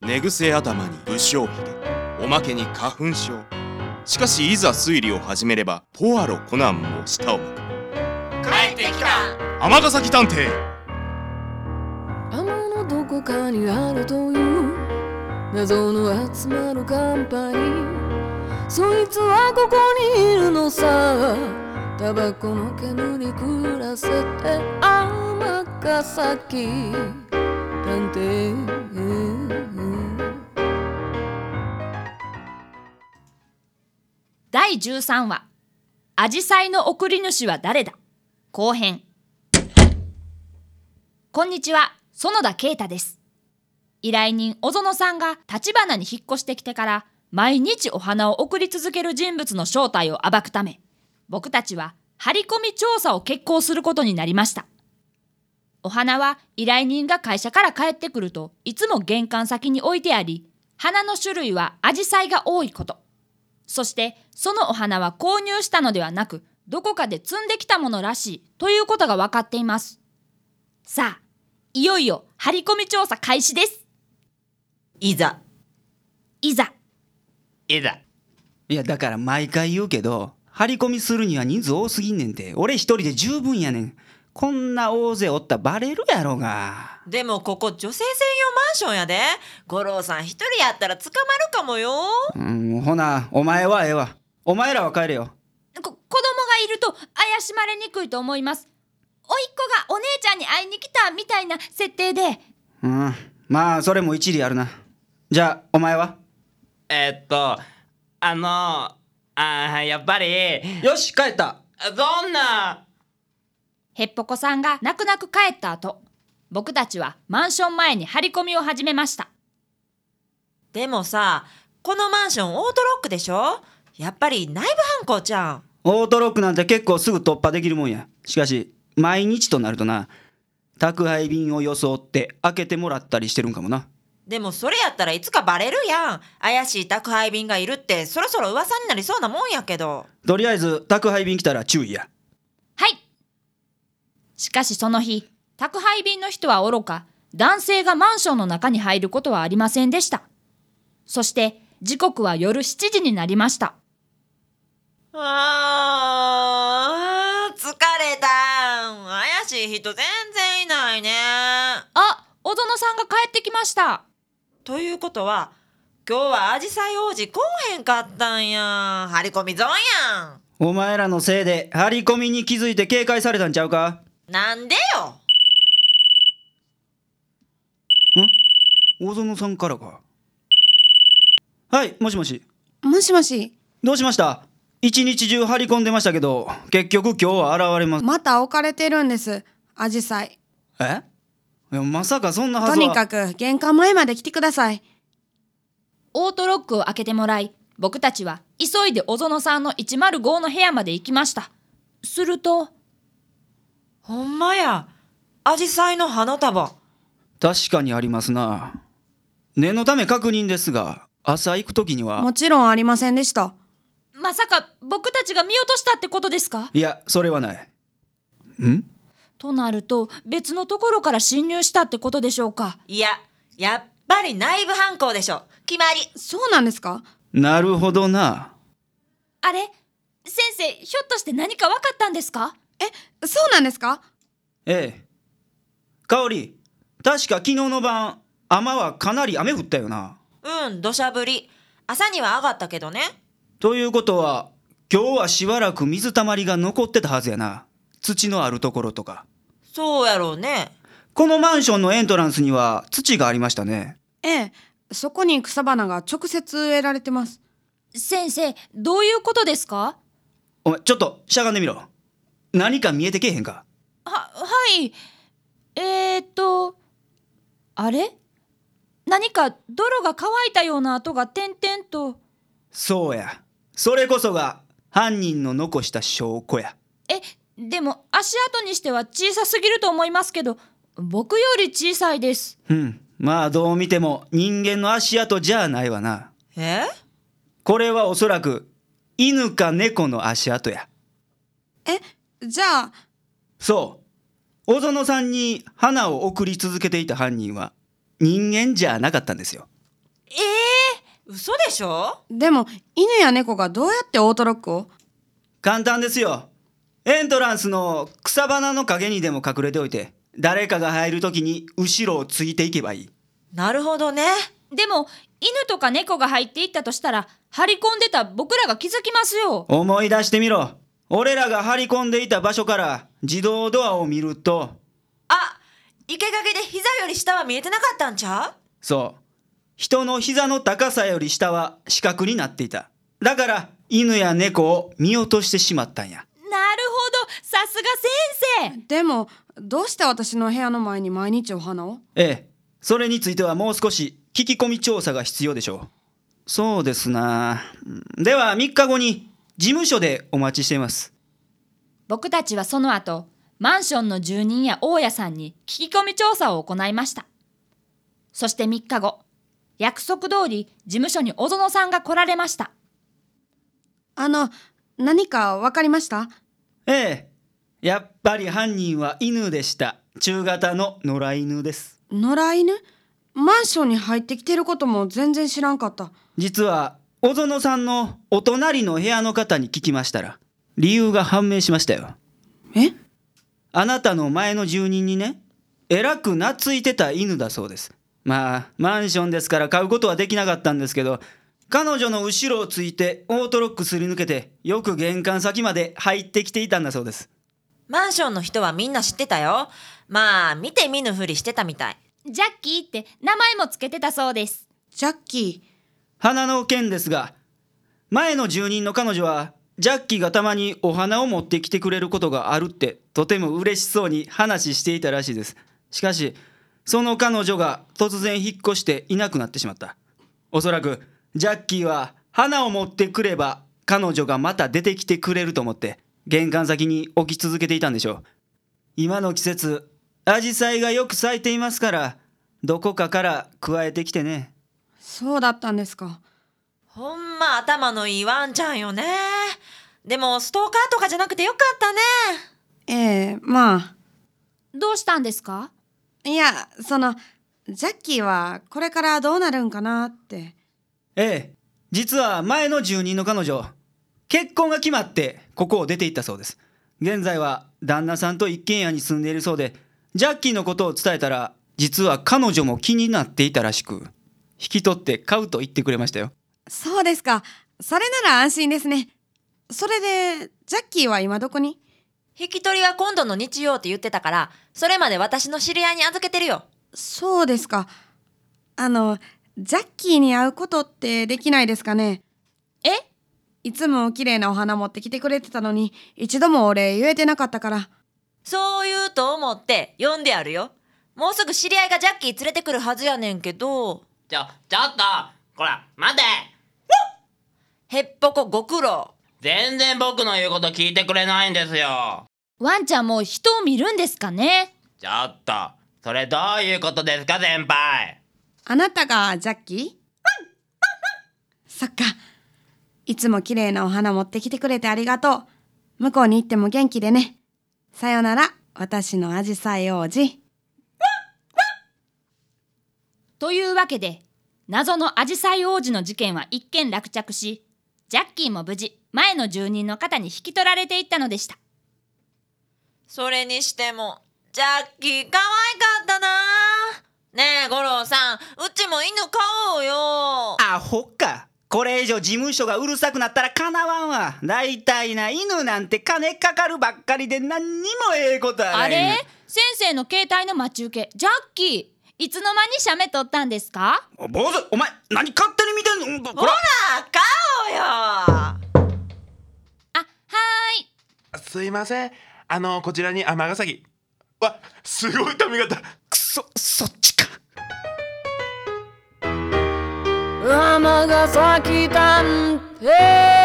寝癖頭に不祥髭おまけに花粉症しかしいざ推理を始めればポアロコナンも舌を巻く帰ってきた尼崎探偵雨のどこかにあるという謎の集まるカンパニーそいつはここにいるのさタバコの煙に暮らせて天ヶ崎探偵第13話「アジサイの送り主は誰だ?」後編こんにちは園田啓太です依頼人小園さんが橘に引っ越してきてから毎日お花を送り続ける人物の正体を暴くため僕たちは張り込み調査を決行することになりましたお花は依頼人が会社から帰ってくるといつも玄関先に置いてあり花の種類はアジサイが多いことそしてそのお花は購入したのではなくどこかで摘んできたものらしいということが分かっていますさあいよいよ張り込み調査開始ですいざいざえだいやだから毎回言うけど張り込みするには人数多すぎんねんて俺一人で十分やねんこんな大勢おったらバレるやろがでもここ女性専用マンションやで五郎さん一人やったら捕まるかもようんほなお前はええわお前らは帰れよこ子供がいると怪しまれにくいと思います甥っ子がお姉ちゃんに会いに来たみたいな設定でうんまあそれも一理あるなじゃあお前はえーっとあのあーやっぱりよし帰ったあどんなへっぽこさんが泣く泣く帰った後僕たちはマンション前に張り込みを始めましたでもさこのマンションオートロックでしょやっぱり内部犯行ちゃんオートロックなんて結構すぐ突破できるもんやしかし毎日となるとな宅配便を装って開けてもらったりしてるんかもなでもそれやったらいつかバレるやん怪しい宅配便がいるってそろそろ噂になりそうなもんやけどとりあえず宅配便来たら注意やはいしかしその日宅配便の人はおろか男性がマンションの中に入ることはありませんでしたそして時刻は夜7時になりましたあー疲れた怪しい人全然いないねあ小園さんが帰ってきましたということは今日はアジサイ王子来おへんかったんや張り込み損やんお前らのせいで張り込みに気づいて警戒されたんちゃうかなんでよ大園さんからかはいもしもしもしもし、どうしました一日中張り込んでましたけど結局今日は現れますまた置かれてるんです。アジサイ。えいやまさかそんなはとずはにかく玄関前まで来てください。オートロックを開けてもらい僕たちは急いで小園さんの105の部屋まで行きましたするとほんまやアジサイの花束確かにありますな念のため確認ですが朝行く時にはもちろんありませんでした。まさか僕たちが見落としたってことですかいやそれはないんとなると別のところから侵入したってことでしょうかいややっぱり内部犯行でしょ決まりそうなんですかなるほどなあれ先生ひょっとして何か分かったんですかそうなんですかええ香り確か昨日の晩雨はかなり雨降ったよなうん土砂降り朝には上がったけどねということは今日はしばらく水たまりが残ってたはずやな土のあるところとかそうやろうねこのマンションのエントランスには土がありましたねええ、そこに草花が直接植えられてます。先生どういうことですかお前ちょっとしゃがんでみろ何か見えてけえへんかははいえー、っとあれ何か泥が乾いたような跡が点々とそうやそれこそが犯人の残した証拠やえでも足跡にしては小さすぎると思いますけど僕より小さいですうんまあどう見ても人間の足跡じゃないわなえこれはおそらく犬か猫の足跡やじゃあ、そう小園さんに花を送り続けていた犯人は人間じゃなかったんですよ嘘でしょでも犬や猫がどうやってオートロックを簡単ですよエントランスの草花の陰にでも隠れておいて誰かが入るときに後ろをついていけばいいなるほどね。でも犬とか猫が入っていったとしたら張り込んでた僕らが気づきますよ思い出してみろ俺らが張り込んでいた場所から自動ドアを見るとあ、池陰で膝より下は見えてなかったんちゃそう人の膝の高さより下は四角になっていただから犬や猫を見落としてしまったんやなるほどさすが先生でもどうして私の部屋の前に毎日お花をええそれについてはもう少し聞き込み調査が必要でしょうそうですなでは3日後に事務所でお待ちしています僕たちはその後マンションの住人や大家さんに聞き込み調査を行いましたそして3日後約束通り事務所に小園さんが来られましたあの何か分かりましたええやっぱり犯人は犬でした中型の野良犬です野良犬マンションに入ってきてることも全然知らんかった実は小園さんのお隣の部屋の方に聞きましたら理由が判明しましたよえあなたの前の住人にねえらく懐いてた犬だそうですまあマンションですから買うことはできなかったんですけど彼女の後ろをついてオートロックすり抜けてよく玄関先まで入ってきていたんだそうですうマンションの人はみんな知ってたよ。まあ、見て見ぬふりしてたみたい。ジャッキーって名前もつけてたそうですジャッキ花の件ですが前の住人の彼女はジャッキーがたまにお花を持ってきてくれることがあるってとても嬉しそうに話していたらしいですしかしその彼女が突然引っ越していなくなってしまったおそらくジャッキーは花を持ってくれば彼女がまた出てきてくれると思って玄関先に置き続けていたんでしょう今の季節アジサイがよく咲いていますからどこかから加えてきてねーそうだったんですかほんま頭のいいワンちゃんよね。でも、ストーカーとかじゃなくてよかったね。ええまどうしたんですかあいやそのジャッキーはこれからどうなるんかなってええ実は前の住人の彼女結婚が決まってここを出て行ったそうです現在は旦那さんと一軒家に住んでいるそうでジャッキーのことを伝えたら実は彼女も気になっていたらしく引き取って買うと言ってくれましたよそうですかそれなら安心ですねそれでジャッキーは今どこに引き取りは今度の日曜って言ってたから、それまで私の知り合いに預けてるよ。そうですかあのジャッキーに会うことってできないですかねえいつも綺麗なお花持ってきてくれてたのに一度もお礼言えてなかったからそう言うと思って呼んであるよ。もうすぐ知り合いがジャッキー連れてくるはずやねんけど、ちょちょっとこら待てへっぽこご苦労。全然僕の言うこと聞いてくれないんですよワンちゃんも人を見るんですかねちょっとそれどういうことですか先輩あなたがジャッキーそっかいつも綺麗なお花持ってきてくれてありがとう向こうに行っても元気でねさよなら私のアジサイ王子というわけで謎のアジサイ王子の事件は一件落着しジャッキーも無事前の住人の方に引き取られていったのでしたそれにしても、ジャッキー可愛かったなねえ、五郎さん、うちも犬飼おうよ。アホかこれ以上事務所がうるさくなったらかなわんわ大体な犬なんて金かかるばっかりで何にもええことはあないれ先生の携帯の待ち受けジャッキーいつの間に写メ撮ったんですかお坊主お前何勝手に見てんのほほら、飼おうよ。あはーいすいませんあのこちらに尼崎わすごい髪型くそそっちか尼崎探偵